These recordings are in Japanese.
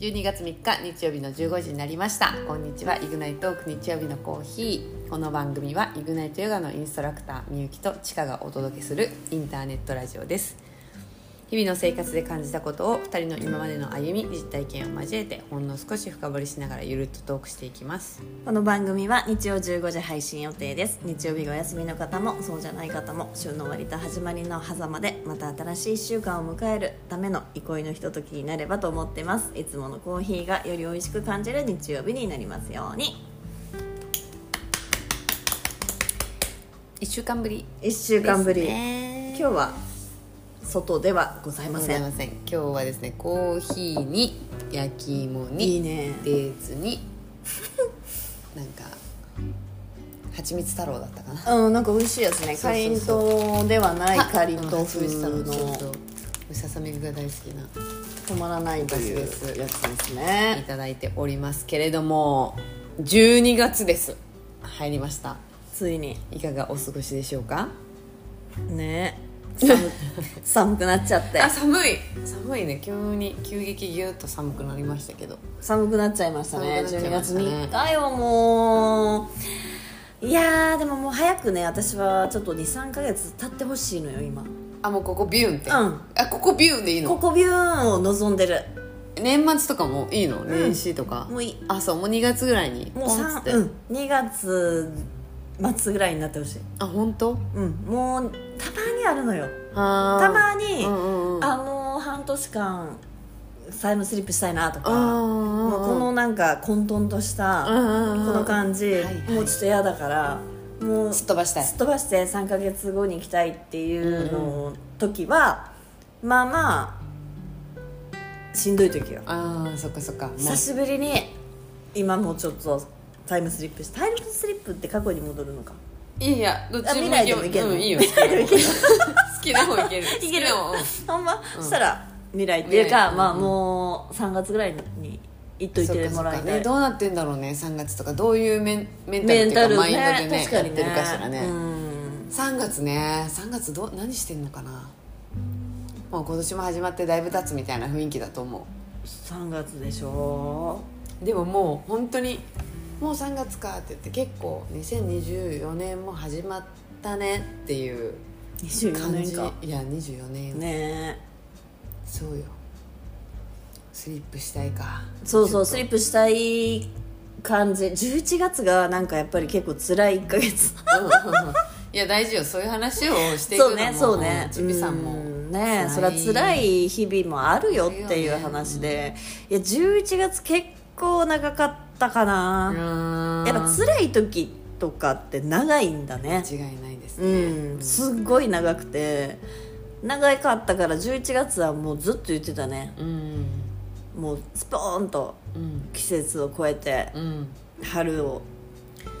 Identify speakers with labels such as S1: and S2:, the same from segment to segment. S1: 12月3日日曜日の15時になりましたこんにちはイグナイトーク日曜日のコーヒーこの番組はイグナイトヨガのインストラクターみゆきとちかがお届けするインターネットラジオです日々の生活で感じたことを2人の今までの歩み実体験を交えてほんの少し深掘りしながらゆるっとトークしていきます
S2: この番組は日曜15時配信予定です日曜日がお休みの方もそうじゃない方も週の終わりと始まりの狭間でまた新しい1週間を迎えるための憩いのひとときになればと思ってますいつものコーヒーがより美味しく感じる日曜日になりますように
S1: 1週間ぶり
S2: 1週間ぶり、
S1: ですね
S2: 今日は外ではございま
S1: ご
S2: せ
S1: ざい
S2: ん
S1: ません今日はですねコーヒーに焼き芋に
S2: いいね
S1: デーツに なんか蜂蜜太郎だったかな
S2: うんなんか美味しいですね
S1: そう
S2: かり
S1: そうんそ
S2: とうではない
S1: あ
S2: かりんとう
S1: 蜂
S2: 風
S1: 蜜太郎そ
S2: の
S1: うそうささめが大好きな
S2: 止まらないというやつです
S1: い
S2: ね
S1: ただいておりますけれども12月です入りました
S2: ついに
S1: いかがお過ごしでしょうか
S2: ね寒寒くなっちゃって
S1: あ寒い寒いね急に急激ぎゅっと寒くなりましたけど
S2: 寒くなっちゃいましたね
S1: 寒くなっちゃ
S2: 12
S1: いまし
S2: 月
S1: たね
S2: 3日よもういやーでももう早くね私はちょっと23か月経ってほしいのよ今
S1: あもうここビューンって、
S2: うん
S1: あここビューンでいいの
S2: ここビューンを望んでる
S1: 年末とかもいいの年始とか、
S2: もうい
S1: あそうもう2月ぐらいに
S2: もう
S1: ポンっつっ
S2: 三
S1: て、
S2: うん、2月末ぐらいになってほしい
S1: あ本当
S2: うんもうたまにあるのよ
S1: あー
S2: たまに、
S1: うんうんうん
S2: あもう半年間タイムスリップしたいなとか
S1: うん
S2: もうこのなんか混沌とした
S1: うんうん
S2: こ
S1: うん
S2: の感じ、
S1: はいはい
S2: もうちょっと嫌だからもう
S1: すっ飛ばしたい
S2: すっ飛ばして3か月後に行きたいっていうの時は、まあまあしんどい時よ
S1: あーそっかそっかもう
S2: 久しぶりに今もうちょっとタイムスリップしてタイムスリップって過去に戻るのか
S1: いやいやどっ
S2: あ
S1: ちも
S2: 未来でもいけるの
S1: うんいいよ
S2: 未来 でもいける
S1: 好きな方いけ る
S2: いけ
S1: 好
S2: る
S1: きな方うん
S2: ほんま、
S1: うん
S2: そしたら未来っていうか、
S1: 未来うん
S2: まあもう3月ぐらいに行っといてもらい
S1: そっかそっか
S2: た
S1: ね
S2: い
S1: どうなってんだろうね3月とかどういうメンメンタルっ
S2: メ
S1: てい
S2: ン
S1: う
S2: タ
S1: か
S2: ル
S1: マインド
S2: ね
S1: でね
S2: 確かにね
S1: やってるかしらね、
S2: うん
S1: 3月ね3月どう何してんのかなもう今年も始まってだいぶ経つみたいな雰囲気だと思
S2: 3月でしょ
S1: うでももう本当にもう3月かって言って結構2024年も始まったねっていう
S2: 24
S1: 感じ
S2: 年
S1: い
S2: か
S1: や24年よ、
S2: ねえ
S1: そうよスリップしたいか
S2: そうそう
S1: ち
S2: スリップしたい感じ11月がなんかやっぱり結構辛い1か月
S1: ょっとうんうんうん いや大事よそういう話をしていくの
S2: そう
S1: も
S2: ねそうね
S1: ちびさんも
S2: うねえそりゃ辛い日々もあるよっていう話で、いや11月結構長かったか
S1: うー
S2: な、
S1: ん
S2: やっぱ辛い時とかって長いんだね
S1: 違いないですね、
S2: うんすっごい長くて長かったから11月はもうずっと言ってたね
S1: うん
S2: もうスポーンと
S1: うん
S2: 季節を超えて
S1: うん
S2: 春を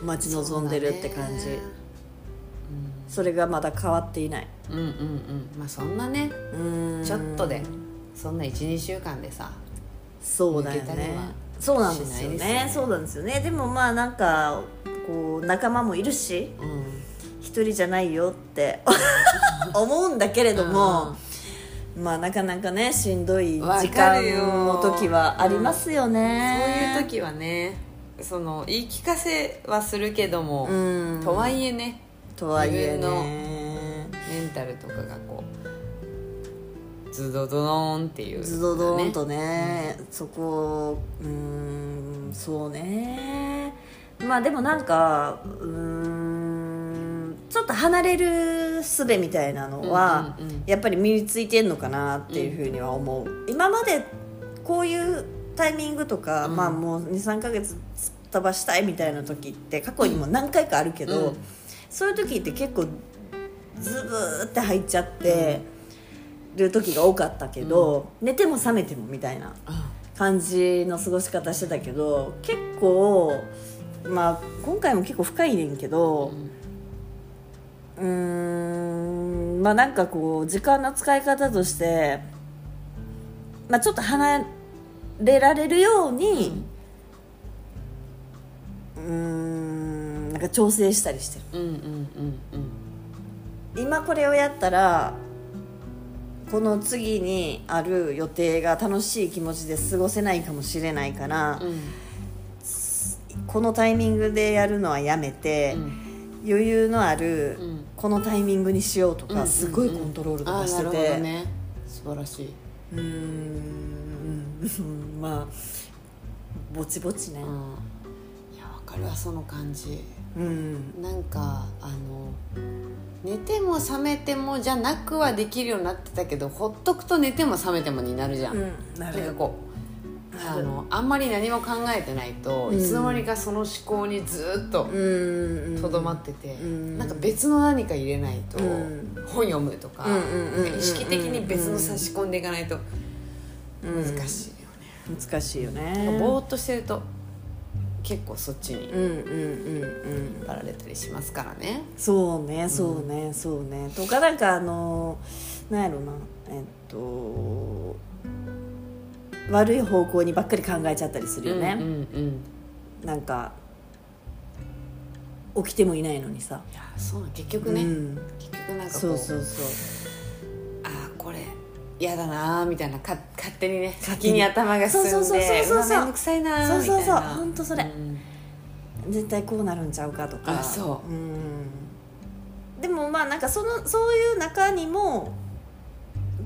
S2: 待ち望んでるって感じそ,、
S1: そうだね
S2: れがまだ変わっていない
S1: うんうんうんうんまあそんなね
S2: うん
S1: ちょっとでそんな12週間でさ
S2: そうだよ
S1: 抜けたり
S2: ね
S1: は
S2: そうなんですよね
S1: しないですよね
S2: そうなんですよねでもまあなんかこう仲間もいるし
S1: うん
S2: 一人じゃないよって 思うんだけれども、まあなかなかねしんどい時
S1: わか
S2: 間
S1: るよ
S2: の時はありますよね
S1: そういう時はねその言い聞かせはするけども、
S2: うん
S1: とはいえね
S2: とはいえ
S1: 自分
S2: ね
S1: メンタルとかがこうズドドドーンっていう、
S2: ズドドーンとねそこうーんそうねまあでもなんかうーんちょっと離れる術みたいなのは、
S1: うんうんうん
S2: やっぱり身についてんのかなっていうふうには思う、今までこういうタイミングとか、
S1: うん
S2: まあもう23か月突っ飛ばしたいみたいな時って過去にも何回かあるけど、
S1: うん
S2: そういう時って結構ズブーって入っちゃってる時が多かったけど、寝ても覚めてもみたいな
S1: あ
S2: 感じの過ごし方してたけど結構まあ今回も結構深いねんけどうーんまあなんかこう時間の使い方として、まあ、ちょっと離れられるようにうーんなんか調整したりしてる。
S1: うんうんうんうん
S2: 今これをやったらこの次にある予定が楽しい気持ちで過ごせないかもしれないから、このタイミングでやるのはやめて、余裕のある、
S1: うん
S2: このタイミングにしようとか、
S1: うん
S2: すごいコントロールと
S1: あ
S2: か
S1: あ
S2: し
S1: な
S2: て
S1: るほど
S2: て、
S1: ね素晴らしい、
S2: うーんうんまあぼちぼちね
S1: うん、いやわかるわその感じ
S2: うん
S1: なんかあの寝ても覚めてもじゃなくはできるようになってたけどほっとくと寝ても覚めてもになるじゃん、
S2: うんな
S1: なんか
S2: る
S1: こうあのあんまり何も考えてないと、
S2: うん
S1: いつの間にかその思考にずっと
S2: うん
S1: とどまってて、
S2: ん
S1: なんか別の何か入れないと、
S2: うん
S1: 本読むとか,、
S2: うんうんうんうん
S1: 意識的に別の差し込んでいかないと難しいよ
S2: 難しいよ
S1: ね、
S2: ね
S1: ぼーっとしてると結構そっちに
S2: うんうんうんうん
S1: 引っ張られたりしますからね、
S2: そうねそうね、そうねとかなんかあのなんやろなえっと悪い方向にばっかり考えちゃったりするよね、
S1: うんうん
S2: なんか起きてもいないのにさ、
S1: いやそうなん結局ね、
S2: うん
S1: 結局なんかこう
S2: そうそうそう
S1: ああこれ嫌だなーみたいなか勝手にね
S2: 勝手
S1: 先
S2: に
S1: に頭が進んで
S2: そうそうそうそうそうそう
S1: わ面倒くさいなーみたい
S2: そう
S1: な
S2: そうそうほんとそれ
S1: ん
S2: 絶対こうなるんちゃうかとか
S1: あそうん
S2: でもまあなんかそのそういう中にも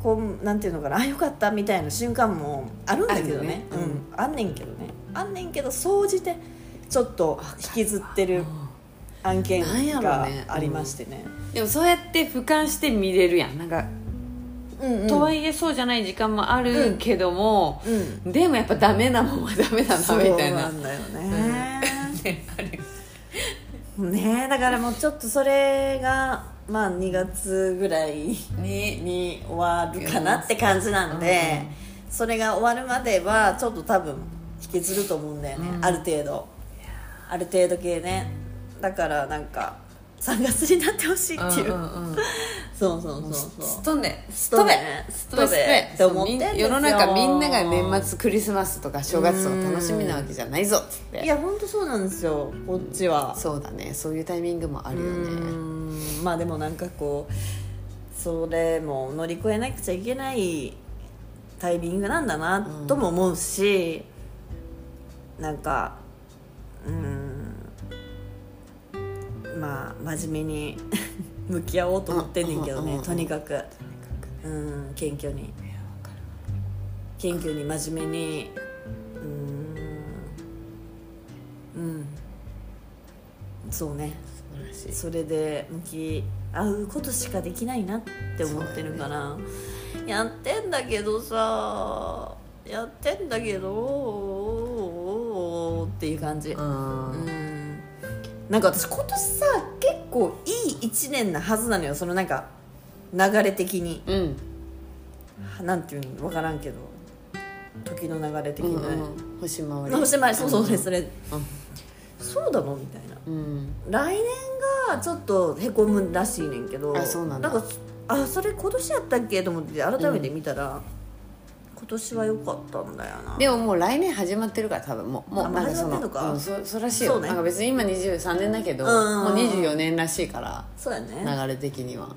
S2: こうなんていうのかなあよかったみたいな瞬間もあるんだけどね
S1: あるよね
S2: うん、あんねんけどねあんねんけど総じてちょっと引きずってる案件
S1: なんやろう
S2: が
S1: ね
S2: ありましてね
S1: でもそうやって俯瞰して見れるやんなんか、
S2: うんうん
S1: とはいえそうじゃない時間もあるけども、
S2: うん
S1: でもやっぱダメなもんはダメだな
S2: そう
S1: みたいな
S2: なんだよね、ねえだからもうちょっとそれがまあ2月ぐらい
S1: ね
S2: に終わるかなって感じなんで、それが終わるまではちょっと多分引きずると思うんだよね、ある程度ある程度系ねだからなんか3月になってほしいっ
S1: うん
S2: ていう、
S1: うんうん
S2: そうそうそうそう
S1: ストね
S2: ス
S1: ス
S2: ト
S1: ト
S2: ね
S1: ね
S2: ストねって思ってんです
S1: 世
S2: よ
S1: の中みんなが年末クリスマスとか正月とか楽しみなわけじゃないぞっつって
S2: いや本当そうなんですよこっちは
S1: そうだねそういうタイミングもあるよ
S2: う
S1: ね
S2: んまあでもなんかこうそれも乗り越えなくちゃいけないタイミングなんだなとも思うし、なんかうんまあ真面目に向き合おうと思ってんねんけ
S1: う
S2: ど
S1: んうん
S2: ね
S1: うん
S2: とにかくうん謙虚に謙虚に真面目にうんうんそうね
S1: 素晴らしい
S2: それで向き合うことしかできないなって思ってるから、やってんだけどさやってんだけどっていう感じ、
S1: う
S2: うんんなんか私今年さ結構いい1年なはずなのよそのなんか流れ的に
S1: うん
S2: なんていうの分からんけど時の流れ的
S1: うん
S2: に、
S1: うん星回り
S2: おしまいそうそうそれそれ、
S1: うん
S2: そうだのみたいな
S1: うん
S2: 来年がちょっとへこむらしいねんけど
S1: あそうなんだ
S2: かあそれ今年やったっけと思って改めて見たら、今年は良かったんだよな
S1: でももう来年始まってるから多分もうも
S2: あ
S1: うなんかその
S2: もう始まってんのか
S1: うんそそうらしいよ、
S2: そうね
S1: なんか別に今23年だけど、
S2: うんうんうん
S1: もう24年らしいから
S2: そうやね
S1: 流れ的にはだか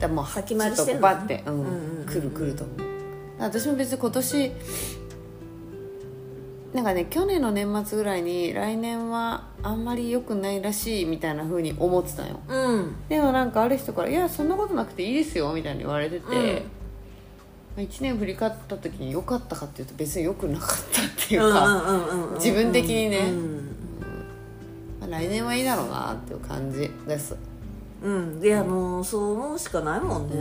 S1: らもう
S2: 先回りし
S1: ち
S2: て
S1: ょ
S2: ん
S1: っと
S2: の
S1: バ
S2: ね
S1: ッて、う
S2: うんうんうんうん
S1: ん、来る来ると思う私も別に今年なんかね去年の年末ぐらいに来年はあんまり良くないらしいみたいな風に思ってたよ
S2: うん
S1: でもなんかある人から「いやそんなことなくていいですよ」みたいに言われてて、
S2: うん
S1: まあ1年振り返った時に良かったかっていうと別に良くなかったっていう
S2: うん
S1: か、
S2: うんうんうんうん
S1: 自分的にね
S2: うん、
S1: まあ来年はいいだろうなっていう感じです、
S2: うんいやもうそう思うしかないもんね、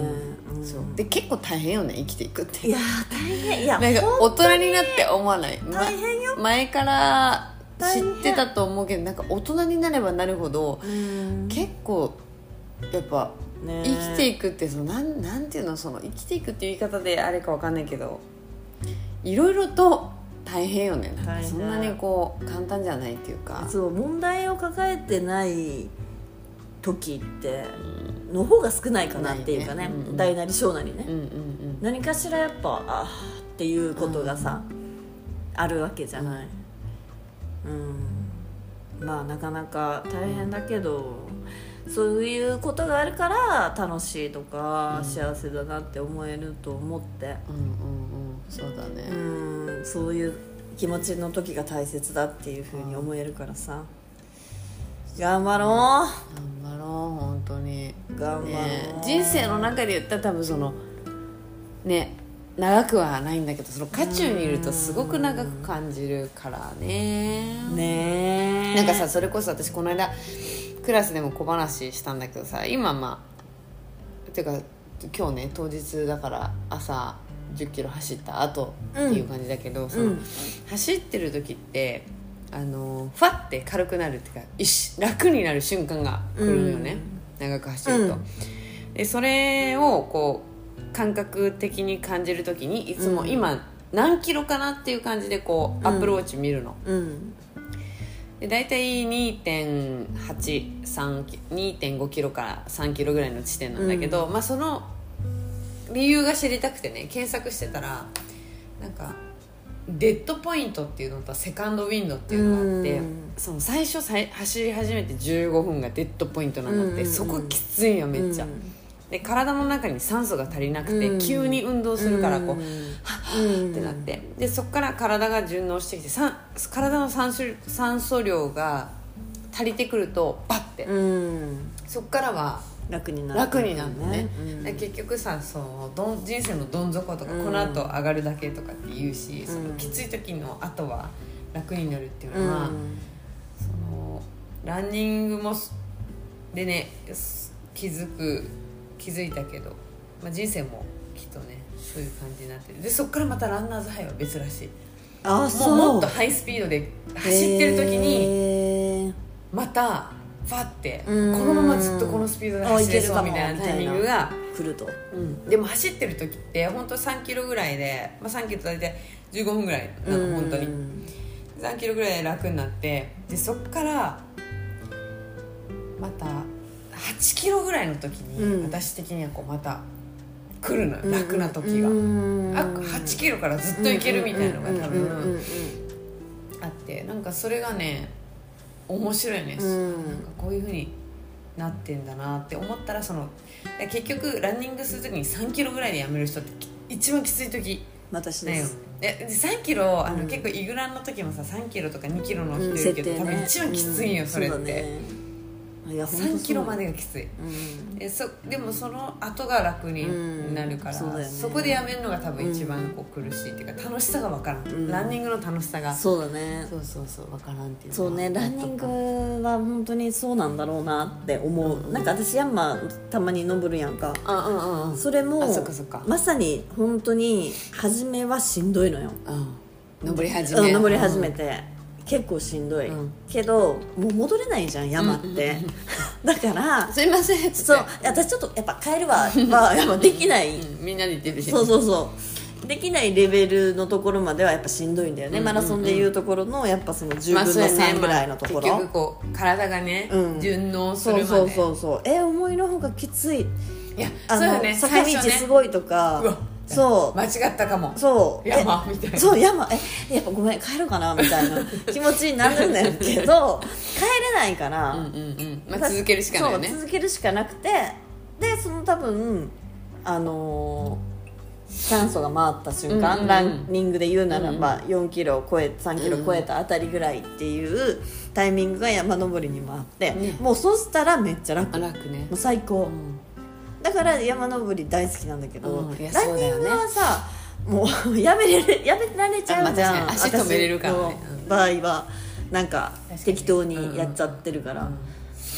S2: うん
S1: そうで結構大変よね生きていくって
S2: いやー大変いや
S1: なんか
S2: ほ
S1: 大
S2: ん
S1: 人になって思わない、ま
S2: 大変よ
S1: 前から知
S2: 大変
S1: ってたと思うけどなんか大人になればなるほど
S2: うん
S1: 結構やっぱ
S2: ね
S1: 生きていくってそのなんなんていうのその生きていくっていう言い方であれかわかんないけどいろいろと大変よねなんか
S2: 大変
S1: そんなにこう簡単じゃないっていうか
S2: そう問題を抱えてない時っての方が少ないかなっていうか
S1: ない
S2: ね
S1: ねうんうん
S2: 大なり小なりね、
S1: うんうんうん
S2: 何かしらやっぱあーっていうことがさ、あるわけじゃない、うん、まあなかなか大変だけど、そういうことがあるから楽しいとか、
S1: うん
S2: 幸せだなって思えると思って
S1: うんうんうんそうだ
S2: う
S1: ね、
S2: んそういう気持ちの時が大切だっていうふうに思えるからさ頑張ろ
S1: 頑張ろう本当に
S2: う頑張ろう、
S1: ね人生の中で言ったら多分そのね長くはないんだけどその渦中にいるとすごく長く感じるからね
S2: ねえ
S1: なんかさそれこそ私この間クラスでも小話したんだけどさ今まあてか今日ね当日だから朝1 0キロ走った後っていう感じだけど、その
S2: うん
S1: 走ってる時ってあのファって軽くなるっていうか一瞬楽になる瞬間が来るのよね、長く走ると。
S2: うん
S1: でそれをこう感覚的に感じる時にいつも
S2: うん
S1: 今何キロかなっていう感じでこう、
S2: うん
S1: アップルウォッチ見るの。
S2: うん
S1: で大体2.82.5キロから3キロぐらいの地点なんだけど、まあその理由が知りたくてね検索してたらなんかデッドポイントっていうのとセカンドウィンドっていうのがあって、
S2: うん
S1: その最初さい走り始めて15分がデッドポイントなんだって、
S2: うんうんうん
S1: そこきついよめっちゃ、
S2: うん
S1: で体の中に酸素が足りなくて、
S2: うん
S1: 急に運動するからこう、
S2: うん
S1: はっってなってでそこから体が順応してきて酸体の酸素酸素量が足りてくるとバッて、
S2: うん
S1: そこからは
S2: 楽になる
S1: 楽になるのね、
S2: うん
S1: で結局さそのどん人生のどん底とか、
S2: うん
S1: このあと上がるだけとかって言うしその
S2: うん
S1: きつい時の後は楽になるっていうのは、そのランニングもすでねす気づく気づいたけど、まあ、人生もきっとねそういう感じになってるでそっからまたランナーズハイは別らしい
S2: あ
S1: も
S2: そうう
S1: もっとハイスピードで走ってる時に
S2: に
S1: またファってこ
S2: うん
S1: のままずっとこのスピードで走れそうみたいな
S2: あいけるかも
S1: タイミングが、
S2: 来ると
S1: うんでも走ってる時って本当3キロぐらいで、まあ、3キロ大体15分ぐらいなの本当に
S2: うん
S1: 3キロぐらいで楽になってでそっからまた8キロぐらいの時に、
S2: うん
S1: 私的にはこうまた来るのよ、楽な時が、
S2: うん
S1: あ8キロからずっといけるみたいなのが多分、
S2: うんうんうん
S1: あってなんかそれがね面白いね、
S2: うん
S1: なんかこういうふうになってんだなって思ったらそのだから結局ランニングする時に3キロぐらいでやめる人ってき一番きつい時
S2: 私
S1: だ
S2: で
S1: よ
S2: す
S1: え3キロあの、
S2: うん
S1: 結構イグランの時もさ3キロとか2キロの人い
S2: 設
S1: るけ
S2: 定
S1: ど、
S2: ね
S1: 多分一番きついよ、
S2: うん
S1: それって
S2: うだねいや本当そう
S1: 3キロまでがきつい
S2: うん
S1: えそでもその後が楽になるから、
S2: うんそうだよね
S1: こでやめるのが多分一番こう苦しいっていうか楽しさが分からん、
S2: うん
S1: ランニングの楽しさが
S2: そうだね
S1: そうそうそう分からんっていうの
S2: そう
S1: は
S2: ねランニングは本当にそうなんだろうなって思う、
S1: うん
S2: なんか私ヤンマたまに登るやんか
S1: あうんうんうん
S2: それも
S1: あそっかそっか
S2: まさに本当に初めはしんどいのよ
S1: うん登り始
S2: う
S1: め
S2: ん登り始めて、結構しんどい、
S1: うん
S2: けどもう戻れないじゃん山って、
S1: うんうんう
S2: だから
S1: うんすいませんっつって
S2: そう私ちょっとやっぱ帰るわはやっぱできない
S1: うんみんなで言ってるし
S2: そうそうそうできないレベルのところまではやっぱしんどいんだよね、
S1: うんうんうん
S2: マラソンでいうところのやっぱその10
S1: まあ
S2: 分
S1: そう
S2: の
S1: やね
S2: 3ぐらいのところ、
S1: まあ結局こう体がね、
S2: うん
S1: 順応する
S2: そ
S1: ま
S2: う
S1: で
S2: そうそうそうえ思いの方がきつい
S1: いや
S2: あ
S1: そう
S2: の
S1: よね
S2: 坂道
S1: 最初ね
S2: すごいとか、
S1: うわ
S2: そう、
S1: 間違ったかも
S2: そうえ
S1: 山みたいな
S2: そう山えやっぱごめん帰ろうかなみた いな気持ちになるんだけど帰れないから、
S1: うんうんうんまあ続けるしかないよね
S2: そう続けるしかなくてでその多分あのー酸素が回った瞬間、
S1: うんうんうん
S2: ランニングで言うならば4キロを超え3キロ超えたあたりぐらいっていうタイミングが山登りにもあって、
S1: ね
S2: もうそしたらめっちゃ楽
S1: あ
S2: も
S1: 楽ね
S2: う最高、
S1: うん
S2: だから山登り大好きなんだけど、
S1: うんいや
S2: ランニングはさもう やめれるやめられちゃうじ
S1: あ
S2: ゃん、
S1: まあ確かに足止めれるからね
S2: 私の場合はなんか
S1: 確かに
S2: 適当にやっちゃってるから、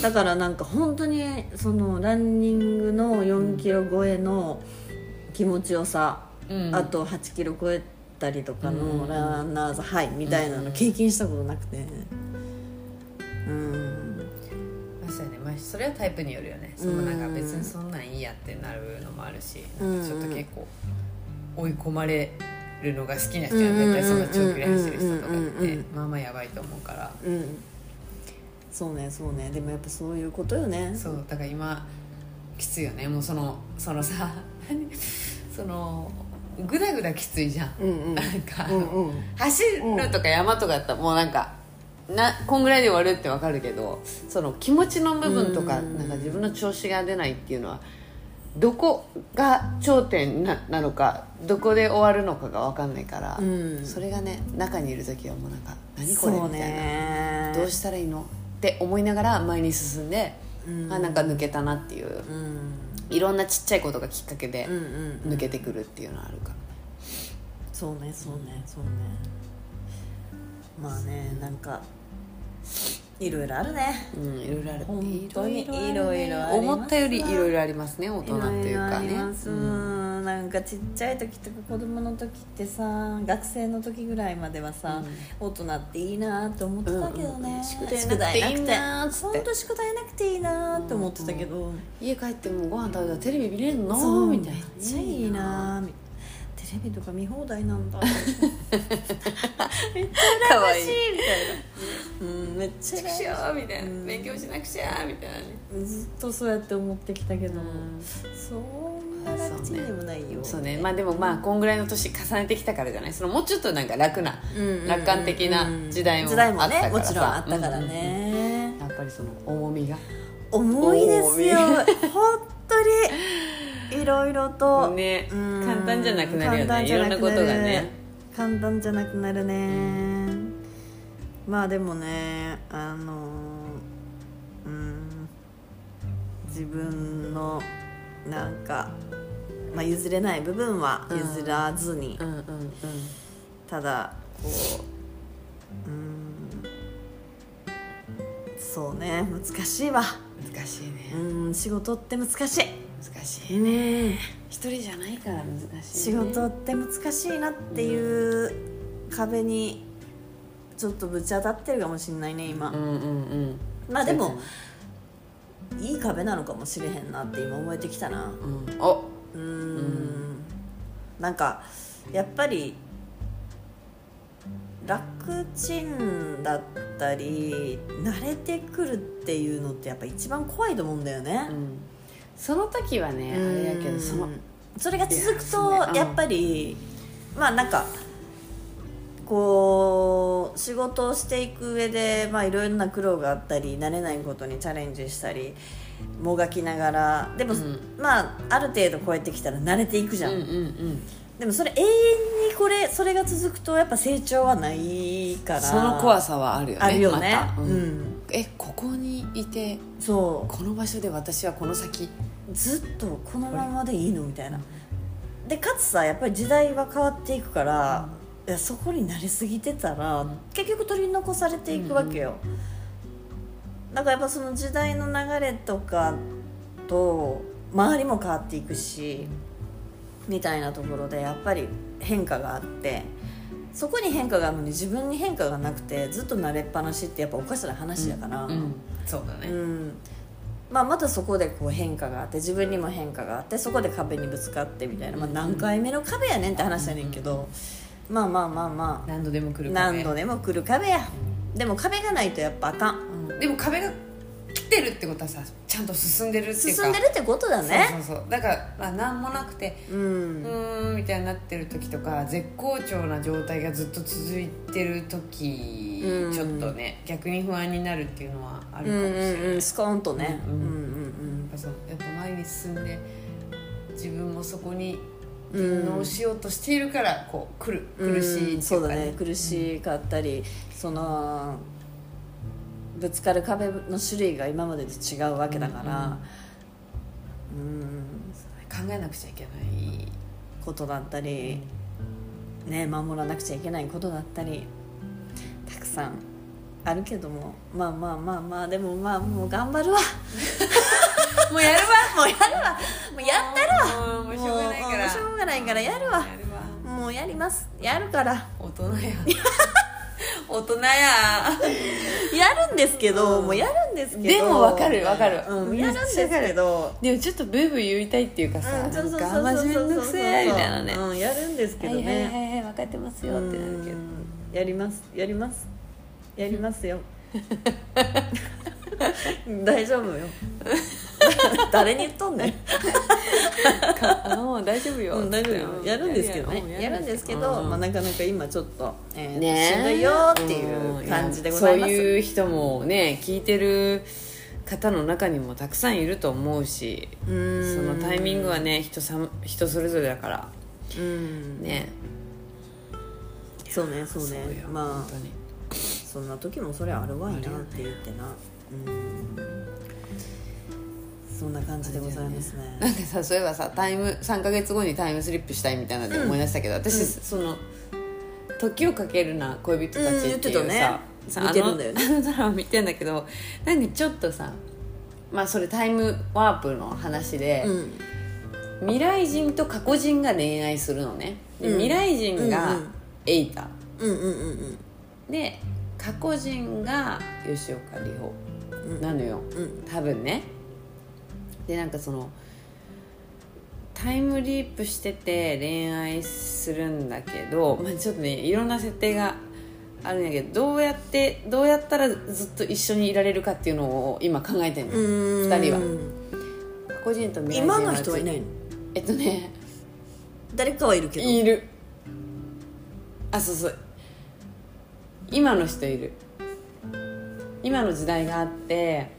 S2: だからなんか本当にそのランニングの4キロ超えの気持ちよさ、
S1: うん
S2: あと8キロ超えたりとか
S1: う
S2: の
S1: ん
S2: ランナーズハイみたいなの経験したことなくてうん
S1: まあそうやねまあそれはタイプによるよねそのなんか別にそんなんいいやってなるのもあるし
S2: うん
S1: なんかちょっと結構追い込まれるのが好きな人は絶対そんな長距離走る人とか
S2: うんうんう
S1: っ
S2: んうん
S1: てまあまあやばいと思うから
S2: うんそうねそうねでもやっぱそういうことよね
S1: そうだから今きついよねもうそのそのさ そのぐだぐだきついじゃん
S2: うんうん
S1: なんか
S2: うんうん
S1: 走るとか山とかやったらもうなんかなこんぐらいで終わるってわかるけどその気持ちの部分とか
S2: うん
S1: なんか自分の調子が出ないっていうのはどこが頂点ななのかどこで終わるのかがわかんないから、
S2: うん
S1: それがね中にいる時はもうなんか「何これ」
S2: そう
S1: みたいな、
S2: ね
S1: どうしたらいいのって思いながら前に進んで、
S2: うん
S1: あなんか抜けたなっていう
S2: うん
S1: いろんなちっちゃいことがきっかけで
S2: うんうん
S1: 抜けてくるっていうのはあるから。
S2: そうねそうねそうねまあねなんかいろいろあるね
S1: うん、いろいろある。
S2: 本当に
S1: いろいろある
S2: いろいろありますわ
S1: 思ったよりいろいろありますね、大人っていうかね。
S2: いろいろあります
S1: うん
S2: なんかちっちゃい時とか子供の時ってさ学生の時ぐらいまではさ、大人っていいなって思ってたけどね、
S1: うんうん宿題なくていいなーっつって
S2: 本当宿題なくていいなーって思ってたけど、
S1: 家帰ってもご飯食べたらテレビ見れる
S2: そ
S1: の
S2: う
S1: みたいな。
S2: めっちゃいいなーみたいなテレビとか見放題な んだ
S1: かわいい。
S2: うんめっちゃ
S1: ちく
S2: 羨まし
S1: し
S2: い
S1: ょうみたい
S2: うん
S1: な。勉強しなくちゃみたいなね。
S2: ずっとそうやって思ってきたけど、
S1: うん
S2: そんな楽ちんでもないよ
S1: そうね、まあでもまあこんぐらいの年重ねてきたからじゃないそのもうちょっとなんか楽な、
S2: うんうんうん
S1: 楽観的な時代も
S2: 時代も
S1: あった
S2: ね
S1: からさ
S2: もちろんあったからね、
S1: やっぱりその重みが
S2: 重いですよ
S1: 重
S2: 本当にいろいろと、
S1: ね
S2: うん
S1: 簡単じゃなくなるよ
S2: 簡単
S1: ねい
S2: じゃ
S1: ろ
S2: なんく
S1: な
S2: る
S1: ことがね
S2: 簡単じゃなくなるね、まあでもねあのうん自分のなんか、まあ、譲れない部分は譲らずに、
S1: うんうんうん
S2: ただこううんそうね難しいわ
S1: 難しいね
S2: うん仕事って難し
S1: 難し
S2: い
S1: い
S2: ね
S1: 一人じゃないから難しいね、
S2: 仕事って難しいなっていう壁にちょっとぶち当たってるかもしれないね今、
S1: うんうんうん
S2: まあでもいい壁なのかもしれへんなって今思えてきたな
S1: うんお
S2: うーんなんかやっぱり楽ちんだったり慣れてくるっていうのってやっぱ一番怖いと思うんだよね、
S1: うんその時はねあれだけどその
S2: それが続く
S1: いやそうねう
S2: と
S1: ん
S2: やっぱり、まあなんかこう仕事をしていく上でまあいろいろな苦労があったり慣れないことにチャレンジしたりもがきながらでも、
S1: うん
S2: まあある程度超えてきたら慣れていくじ
S1: う
S2: ゃん、
S1: んうんうん
S2: でもそれ永遠にこれそれが続くとやっぱ成長はないから
S1: その怖さはあるよね
S2: あるよね、
S1: また
S2: う、
S1: うんんえここにいて
S2: そう
S1: この場所で私はこの先
S2: ずっとこのままでいいのみたいなでかつさやっぱり時代は変わっていくから、いやそこに慣れすぎてたら結局取り残されていくわけよ、だからやっぱその時代の流れとかと周りも変わっていくしみたいなところでやっぱり変化があってそこに変化があるのに自分に変化がなくてずっと慣れっぱなしってやっぱおかしな話だから、
S1: うんそうだね
S2: うんまあ、またそこでこう変化があって自分にも変化があってそこで壁にぶつかってみたいな、まあ、何回目の壁やねんって話やねんけど、まあまあまあま
S1: 何度でも来る
S2: あ
S1: 壁
S2: 何度でも来る壁やでも壁がないとやっぱあかん
S1: うんでも壁が来てるってことはさちゃんと進んでるっていうか
S2: 進んでるってことだね
S1: そうそうそうだから、まあ、何もなくて
S2: う
S1: うんーんみたいになってる時とか絶好調な状態がずっと続いてる時、
S2: うん
S1: ちょっとね逆に不安になるっていうのはある
S2: う
S1: かもしれない、
S2: んうんうんスコーンとね、う
S1: うんん
S2: う
S1: うんん
S2: うん
S1: やっぱそうやっぱ前に進んで自分もそこに
S2: うん
S1: 順応しようとしているからこう来る苦しいっていうか、
S2: うんそうだね苦しかったり、そのぶつかる壁の種類が今までと違うわけだからうん
S1: 考えなくちゃいけない
S2: ことだったり、ね、守らなくちゃいけないことだったりたくさんあるけどもまあまあまあまあでもまあもう頑張るわもうやるわもうやるわもうやったるわ
S1: わもうしょうがないから
S2: もうしょうがないからやるわ
S1: やるわ
S2: もうやりますやるから
S1: 大人や 大人や
S2: やるんですけど、
S1: うん
S2: もうやるんですけど
S1: でもわかるわかる
S2: うん、
S1: めっ
S2: や
S1: ちゃ
S2: るんですけど
S1: でもちょっとブーブー言いたいっていうかさ、
S2: うん、そうそうそうそう
S1: なんかあんま自分のくせえみたいなね、
S2: うん、やるんですけどね、
S1: はいはいはい分かってますよってなるけど
S2: うんやりますやります やりますよ 大丈夫よ誰に言っとん ねん
S1: かあの大丈夫よ、
S2: うん、大丈夫よ
S1: うん
S2: やるんですけど
S1: う
S2: ねやるんですけど、
S1: うん
S2: まあ、なかなか今ちょっと、えー
S1: ね
S2: しんどいよーっていう感じでございます、
S1: うんやそういう人もね聞いてる方の中にもたくさんいると思うし
S2: う
S1: そ
S2: ーん
S1: のタイミングはね人さん人それぞれだから
S2: うん
S1: ね
S2: そうねそうね
S1: よ
S2: ま
S1: 本
S2: あ
S1: 当に
S2: そんな時もそれあるわいなっ
S1: あるよね
S2: て言ってなうんそんな感じでございますね
S1: なんかさそういえばさタイム3か月後にタイムスリップしたいみたいなので思い出したけど、私、
S2: うん
S1: その「時をかけるな恋人たち」っていう
S2: うん言ってたね
S1: さ,さ、
S2: 見てるんだよね
S1: あのあの ドラマ見てんだけどなんかちょっとさまあそれタイムワープの話で、
S2: うん
S1: 未来人と過去人が恋愛するのね、で
S2: うん
S1: 未来人
S2: うん
S1: が
S2: うん
S1: エイタ、
S2: うんうんうん
S1: で過去人が吉岡里帆
S2: うん
S1: なのよ、
S2: うん
S1: 多分ねでなんかそのタイムリープしてて恋愛するんだけど、まあ、ちょっとねいろんな設定があるんやけどどうやってどうやったらずっと一緒にいられるかっていうのを今考えてるの、
S2: うん
S1: 二人は個人と未来人
S2: 今の人はいないいの
S1: えっとね
S2: 誰かはいるけど
S1: いるあそうそう今の人いる今の時代があって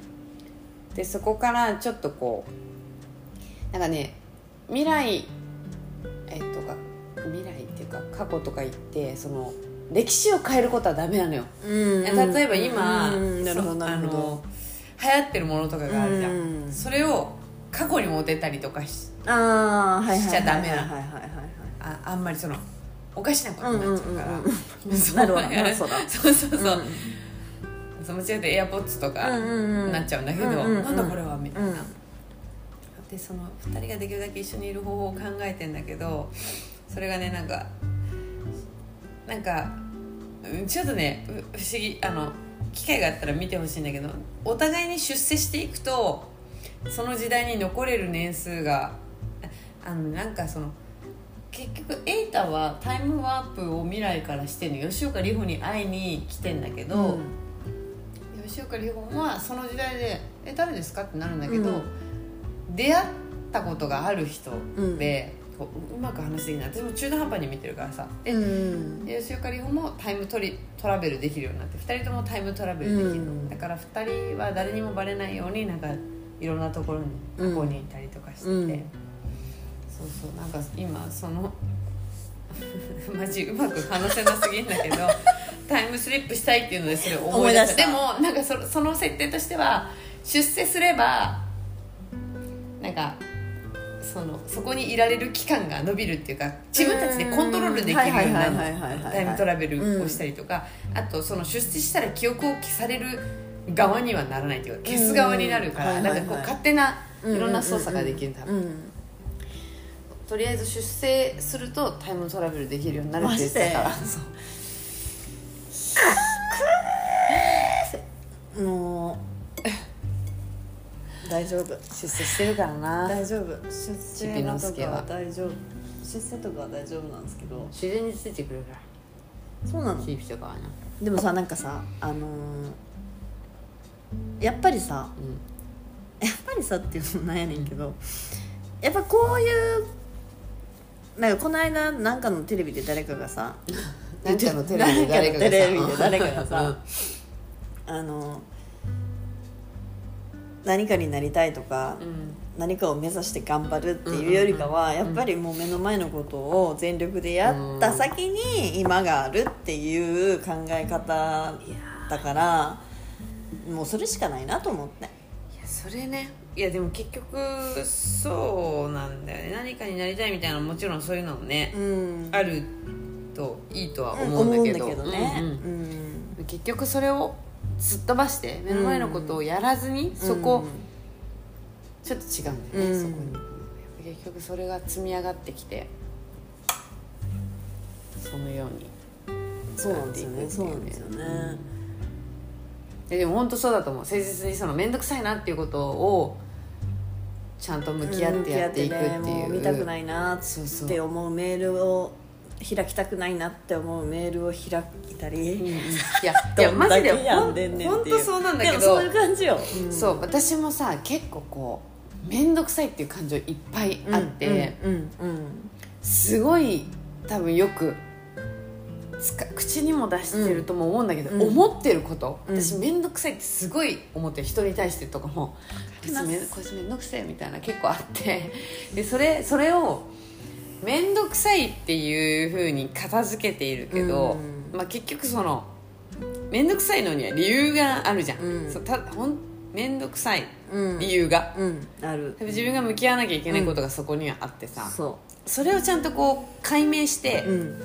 S1: でそこからちょっとこうなんかね未来えっとか未来っていうか過去とか言ってその歴史を変えることはダメなのよ、
S2: うん
S1: 例えば今、
S2: うんなるほど
S1: そう
S2: なるほど
S1: あの流行ってるものとかがあるじゃん、
S2: うん
S1: それを過去に持てたりとかし
S2: ああはいはいはい
S1: しちゃダメな
S2: はいはいはいはい
S1: ああんまりそのおかしなことになっちゃうから、
S2: うんうんうん
S1: そう
S2: なるわなそうだ
S1: そうそうそう、その間違ってエアポッツとか
S2: うんうんうん
S1: なっちゃうんだけど、
S2: うんうんうん
S1: なんだこれはみたいな、
S2: うん
S1: でその2人ができるだけ一緒にいる方法を考えてんだけどそれがねなんかなんかうんちょっとねう不思議あの機会があったら見てほしいんだけどお互いに出世していくとその時代に残れる年数がああのなんかその結局エイタはタイムワープを未来からしてるの吉岡里帆に会いに来てんだけど、
S2: うん
S1: 吉岡里帆はその時代で「え誰ですか?」ってなるんだけど、
S2: う
S1: 出会ったことがある人で、こううまく話できない私も中途半端に見てるからさで
S2: うん
S1: で吉岡里帆もタイムトリトラベルできるようになって2人ともタイムトラベルできる、
S2: うん
S1: だから2人は誰にもバレないようになんかいろんなところに過去にいたりとかしてて、
S2: うんうん
S1: そうそうなんか今その マジうまく話せなすぎんだ けどタイムスリップしたいっていうのでそれを思い出したで
S2: 思い出した
S1: もなんかそのその設定としては出世すればなんかそのそこにいられる期間が延びるっていうか自分たちでコントロールできるようになる
S2: うんはいはいはいはいはいはいはい
S1: タイムトラベルをしたりとか、あとその出世したら記憶を消される側にはならないっていうか消す側になるから、
S2: うんはいはいはい
S1: なんかこう勝手ないろんな操作ができる、多分
S2: うん
S1: とりあえず出世するとタイムトラベルできるようになるって言ってたから
S2: マジ
S1: そう
S2: もう大丈夫
S1: 出世してるからな
S2: 大丈夫出
S1: ちび
S2: 世
S1: の
S2: の
S1: す
S2: と
S1: け
S2: か
S1: は
S2: は大丈夫出世とかは大丈夫なんですけど
S1: 自然についてくるから
S2: そうなの
S1: キープとかはな
S2: でもさなんかさあのーやっぱりさ
S1: う ん
S2: やっぱりさっていうのもなんやねんけどやっぱこういうなんかこの間なんかのテレビで誰かがさ
S1: なんかのテレビで誰かがさ
S2: なんかのテレビで誰かがさ あの何かになりたいとか、
S1: うん
S2: 何かを目指して頑張るっていうよりかは、やっぱりもう目の前のことを全力でやった先に今があるっていう考え方だからもうそれしかないなと思って
S1: いやそれねいやでも結局そうなんだよね何かになりたいみたいなもちろんそういうのもね
S2: う、ん
S1: あるといいとは
S2: うん
S1: 思うんだけど,、
S2: 思うんね、
S1: うん
S2: うん
S1: うん結局それをすっ飛ばして目の前のことをやらずに、そこちょっと違うんだよね、
S2: うん
S1: そこにやっぱ結局それが積み上がってきてそのように
S2: そうなんですよねそうなんですよね、
S1: ででも本当そうだと思う誠実にその面倒くさいなっていうことをちゃんと向き合ってやっていくっていう,、
S2: うん向き合ってねもう見たくないな
S1: そうそ
S2: っ
S1: う
S2: て思うメールを開きたくないなって思うメールを開いた
S1: うんうん
S2: り、
S1: いやいやマジで
S2: どんだけや
S1: ほ
S2: ん
S1: ん
S2: でんねん
S1: ほ
S2: っ
S1: ん
S2: ていう
S1: とそうなんだけ
S2: でも
S1: ど
S2: そういう感じよ、うん
S1: そう私もさ結構こう面倒くさいっていう感情いっぱいあって、
S2: うんうん
S1: すごい多分よくつか口にも出してるとも思うんだけど、
S2: うん
S1: 思ってること、
S2: うん
S1: 私面倒くさいってすごい思ってる人に対してとか も「こい
S2: き
S1: つ
S2: ます
S1: めんこいつ面倒くせえ」みたいな結構あって でそれそれを面倒くさいっていうふうに片付けているけど、
S2: うん
S1: まあ、結局その面倒くさいのには理由があるじゃん、
S2: うん
S1: そうたほん面倒くさい
S2: うん
S1: 理由が、
S2: うんある
S1: 多分自分が向き合わなきゃいけないことがそこにはあってさ、
S2: そ
S1: それをちゃんとこう解明して
S2: ううん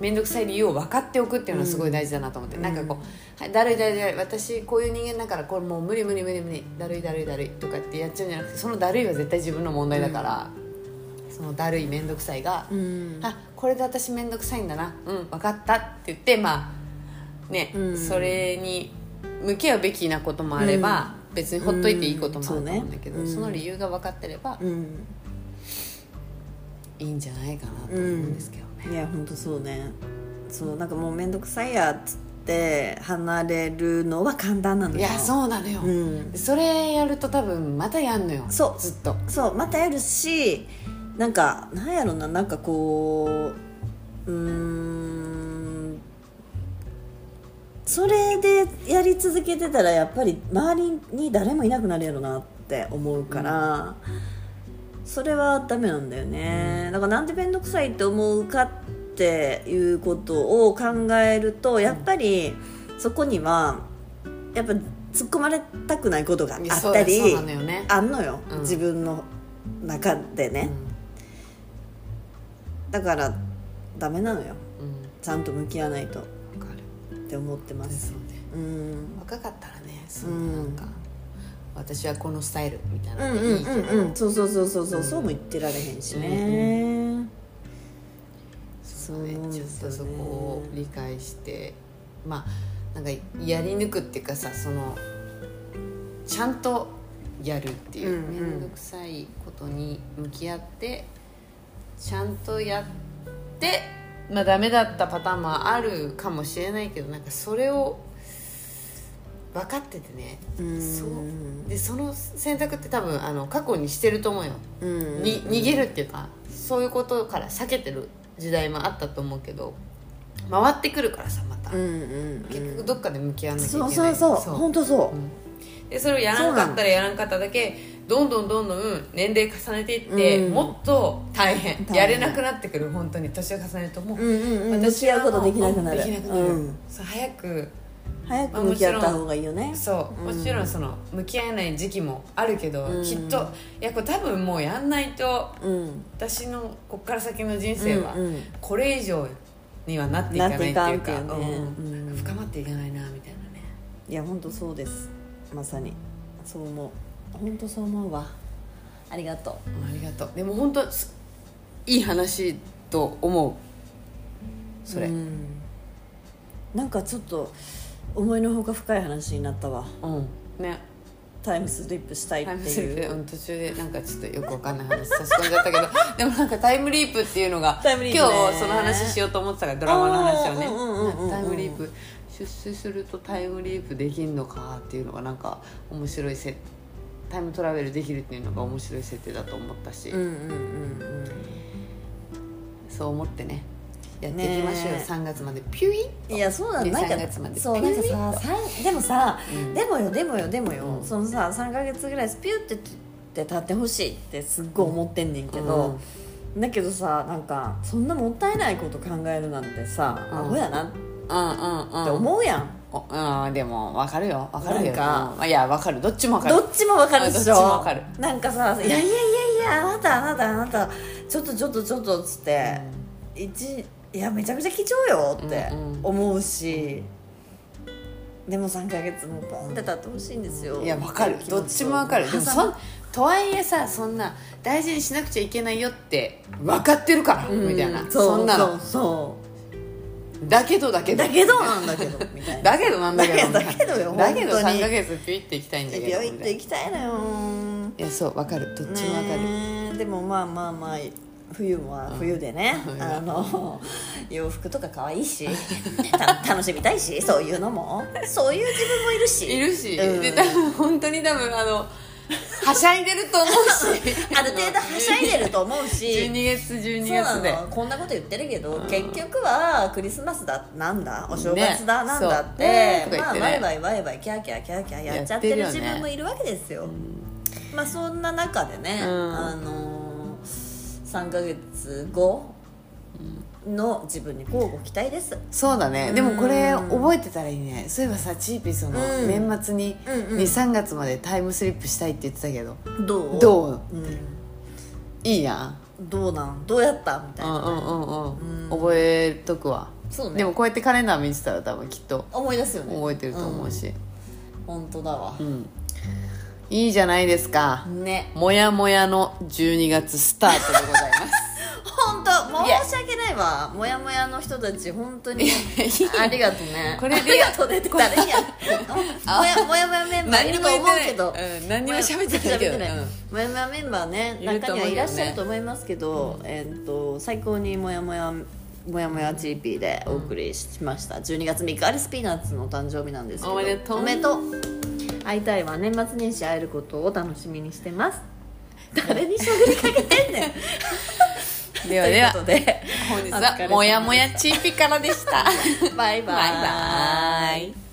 S1: 面倒くさい理由を分かっておくっていうのはすごい大事だなと思って、
S2: うん
S1: なんかこう「はい、だるいだるいだるい私こういう人間だからこれもう無理無理無理無理だるいだるいだるい」とかってやっちゃうんじゃなくてそのだるいは絶対自分の問題だから、そのだるい面倒くさいが「
S2: うん
S1: あこれで私面倒くさいんだなうん分かった」って言ってまあね、
S2: うん
S1: それに向き合うべきなこともあれば、別にほっといていいこともあると思うんだけど、
S2: うんそうねうん
S1: その理由が分かってれば
S2: うん
S1: いいんじゃないかなと思うんですけどね。
S2: いや本当そうねそうなんかもう面倒くさいやっつって離れるのは簡単なのよ
S1: いやそうなのよ、
S2: うん
S1: それやると多分またやんのよ
S2: そう
S1: ずっと
S2: そうまたやるしなんかなんやろななんかこううーんそれでやり続けてたらやっぱり周りに誰もいなくなるやろなって思うから、それはダメなんだよねだからなんで面倒くさいって思うかっていうことを考えるとやっぱりそこにはやっぱ突っ込まれたくないことがあ
S1: いや
S2: ったり。
S1: そうそうなのよね
S2: あんのよ、
S1: うん
S2: 自分の中でね、だからダメなのよ
S1: うんうん
S2: ちゃんと向き合わないと
S1: わ
S2: っ
S1: かる
S2: て思ってます
S1: そうね
S2: うん
S1: 若かったらねそ
S2: うん
S1: のなんか、私はこのスタイルみたい
S2: うん
S1: な
S2: うん
S1: の
S2: う
S1: でいいけど、
S2: んうんそうそうそうそうそう、
S1: うん
S2: そうも言ってられへんしね、
S1: そう
S2: そうなん
S1: ね
S2: です
S1: ち
S2: よ
S1: ょっと
S2: ね
S1: そこを理解してまあなんかやり抜くっていうかさそのちゃんとやるっていう
S2: うんう
S1: 面
S2: ん
S1: 倒、くさいことに向き合ってちゃんとやってまあダメだったパターンもあるかもしれないけどなんかそれを分かっててね
S2: うん
S1: そう
S2: う
S1: でその選択って多分あの過去にしてると思うよ
S2: ん
S1: に逃げるっていうかそういうことから避けてる時代もあったと思うけど回ってくるからさまた、
S2: うんうん
S1: 結局どっかで向き合わなきゃいけ
S2: そ
S1: な
S2: う
S1: い
S2: そうそう本当そうう、
S1: んでそれをやらなかったらやらなかっただけどんどんどんどん年齢重ねていって、
S2: うん
S1: もっと大変
S2: 大変
S1: やれなくなってくる本当に年を重ねるともう、
S2: うん、うんうん向
S1: 私
S2: き合
S1: は
S2: うことできなくなる
S1: できなくなる
S2: うん、
S1: そう早く
S2: 早く向き合った方がいいよね
S1: そう
S2: うん
S1: もちろんその向き合えない時期もあるけど、
S2: うん
S1: きっといやこれ多分もうやんないと
S2: うん
S1: 私のこっから先の人生は
S2: うんうん
S1: これ以上にはなっていかないっていう
S2: なってい
S1: か
S2: かんっていう
S1: う
S2: ね
S1: ん
S2: うん
S1: 深まっていかないなみたいなね
S2: いや本当そうですまさにそう思う本当そう思うわありがと
S1: ありがとうでも本当すいい話と思う
S2: う
S1: それ、
S2: う
S1: うん
S2: んなんかちょっと思いのほか深い話になったわ
S1: ね
S2: タイムスリップしたいっ
S1: タイム
S2: て
S1: スリップ
S2: い
S1: で、
S2: う
S1: うん、途中でなんかちょっとよくわかんない話差し込んじゃったけ どでもなんかタイムリープっていうのが
S2: タイムリープね
S1: 今日その話しようと思ってたからドラマの話をね、
S2: あーうんうんうんうん
S1: タイムリープ出世するとタイムリープできんのかっていうのがなんか面白いせタイムトラベルできるっていうのが面白い設定だと思ったし、
S2: うんうんうんうん
S1: そう思ってねやってい
S2: ね
S1: きましょうよ、3月までピュイ
S2: いやそうなん
S1: で
S2: だなん
S1: 3
S2: か
S1: 月まで
S2: そうなんか
S1: ピュー
S2: さ三でもさ、
S1: うん
S2: でもよでもよでもよ、
S1: うん
S2: そのさ3か月ぐらいスピュってって立ってほしいってすっごい思ってんねんけど、だけどさなんかそんなもったいないこと考えるなんてさ、
S1: うん
S2: アホやなっ
S1: うんうんうん
S2: て思うやん、
S1: おうんでも分かるよ分かるよ
S2: なんか
S1: うんまあいや分かるどっちも分かる
S2: どっちもわかるでしょ
S1: どっちもわかる
S2: なんかさ「いやいやいやいやあなたあなたあなたちょっとちょっとちょっと」っつって「一いやめちゃくちゃ貴重よ」って
S1: うんうん
S2: 思うし、でも3ヶ月もポンって立ってほしいんですよ、
S1: いやわかる
S2: 気持を
S1: どっちもわかるでもそんとはいえさそんな大事にしなくちゃいけないよって分かってるから、
S2: うん
S1: みたいな
S2: そう
S1: そんな
S2: そ
S1: の
S2: うそ
S1: だけどだけ
S2: う
S1: ど
S2: だけどなんだけどみたいな
S1: だけどなんだけど
S2: だけどだけどよ
S1: だけど
S2: 本当に
S1: 3ヶ月ピュイって行きたいんだけど
S2: 病院って行きたいのよ
S1: いやそうわかるどっちもわかる、
S2: ねえでもまあまあまあ冬もは冬でね、
S1: うん
S2: あの洋服とか可愛いした 楽しみたいしそういうのもそういう自分もいるし
S1: いるし、
S2: うん
S1: で多分本当に多分あのはしゃいでると思 うし
S2: ある程度はしゃいでると思 うし
S1: 12月12
S2: そうな
S1: 月で
S2: のこんなこと言ってるけど、結局はクリスマスだなんだお正月だ、
S1: ね
S2: なんだって、
S1: そう
S2: ま
S1: と
S2: あ
S1: か言ってね
S2: ワイワイワイワイキャーキャーキャーキャーやっちゃってる
S1: やって
S2: 自
S1: るよね
S2: 分もいるわけですよ、まあそんな中でね、
S1: うん
S2: あの3ヶ月後の自分に交互期待です
S1: そうだねでもこれ覚えてたらいいねそういえばさチーピーその
S2: うん
S1: 年末に
S2: うんうん
S1: 23月までタイムスリップしたいって言ってたけど
S2: どう
S1: どう
S2: うん、
S1: いいや
S2: どうなんどうやったみた
S1: う
S2: い
S1: ん
S2: な、
S1: うんうんうん覚えとくわ
S2: そうね
S1: でもこうやってカレンダー見てたら多分きっと
S2: 思い出すよね
S1: 覚えてると思う、し
S2: うん本当だわ
S1: う、んいいじゃないですか
S2: ね
S1: もやもやの12月スタートでございます
S2: 本当申し訳ないわもやもやの人たち本当にありがとうね
S1: これで
S2: ありがとうねって言ったらいいやもやもやもやメンバーいると思うけど
S1: うん何にも喋ってないけど
S2: もや
S1: うん
S2: もやもやメンバーね
S1: いると
S2: 中
S1: 思うよ
S2: には
S1: ね
S2: いらっしゃると思いますけど、えっと最高にもやもやもやもや GP でお送りしました12月3日アリスピーナッツの誕生日なんですけど
S1: おめでとう
S2: おめでとう会いたいは年末年始会えることを楽しみにしてます誰にしゃべりかけてんねん
S1: ではでは
S2: ということで
S1: 本日
S2: お疲れ様で
S1: は
S2: した
S1: もやもやチーピーからでした
S2: バイバイ
S1: バイバイ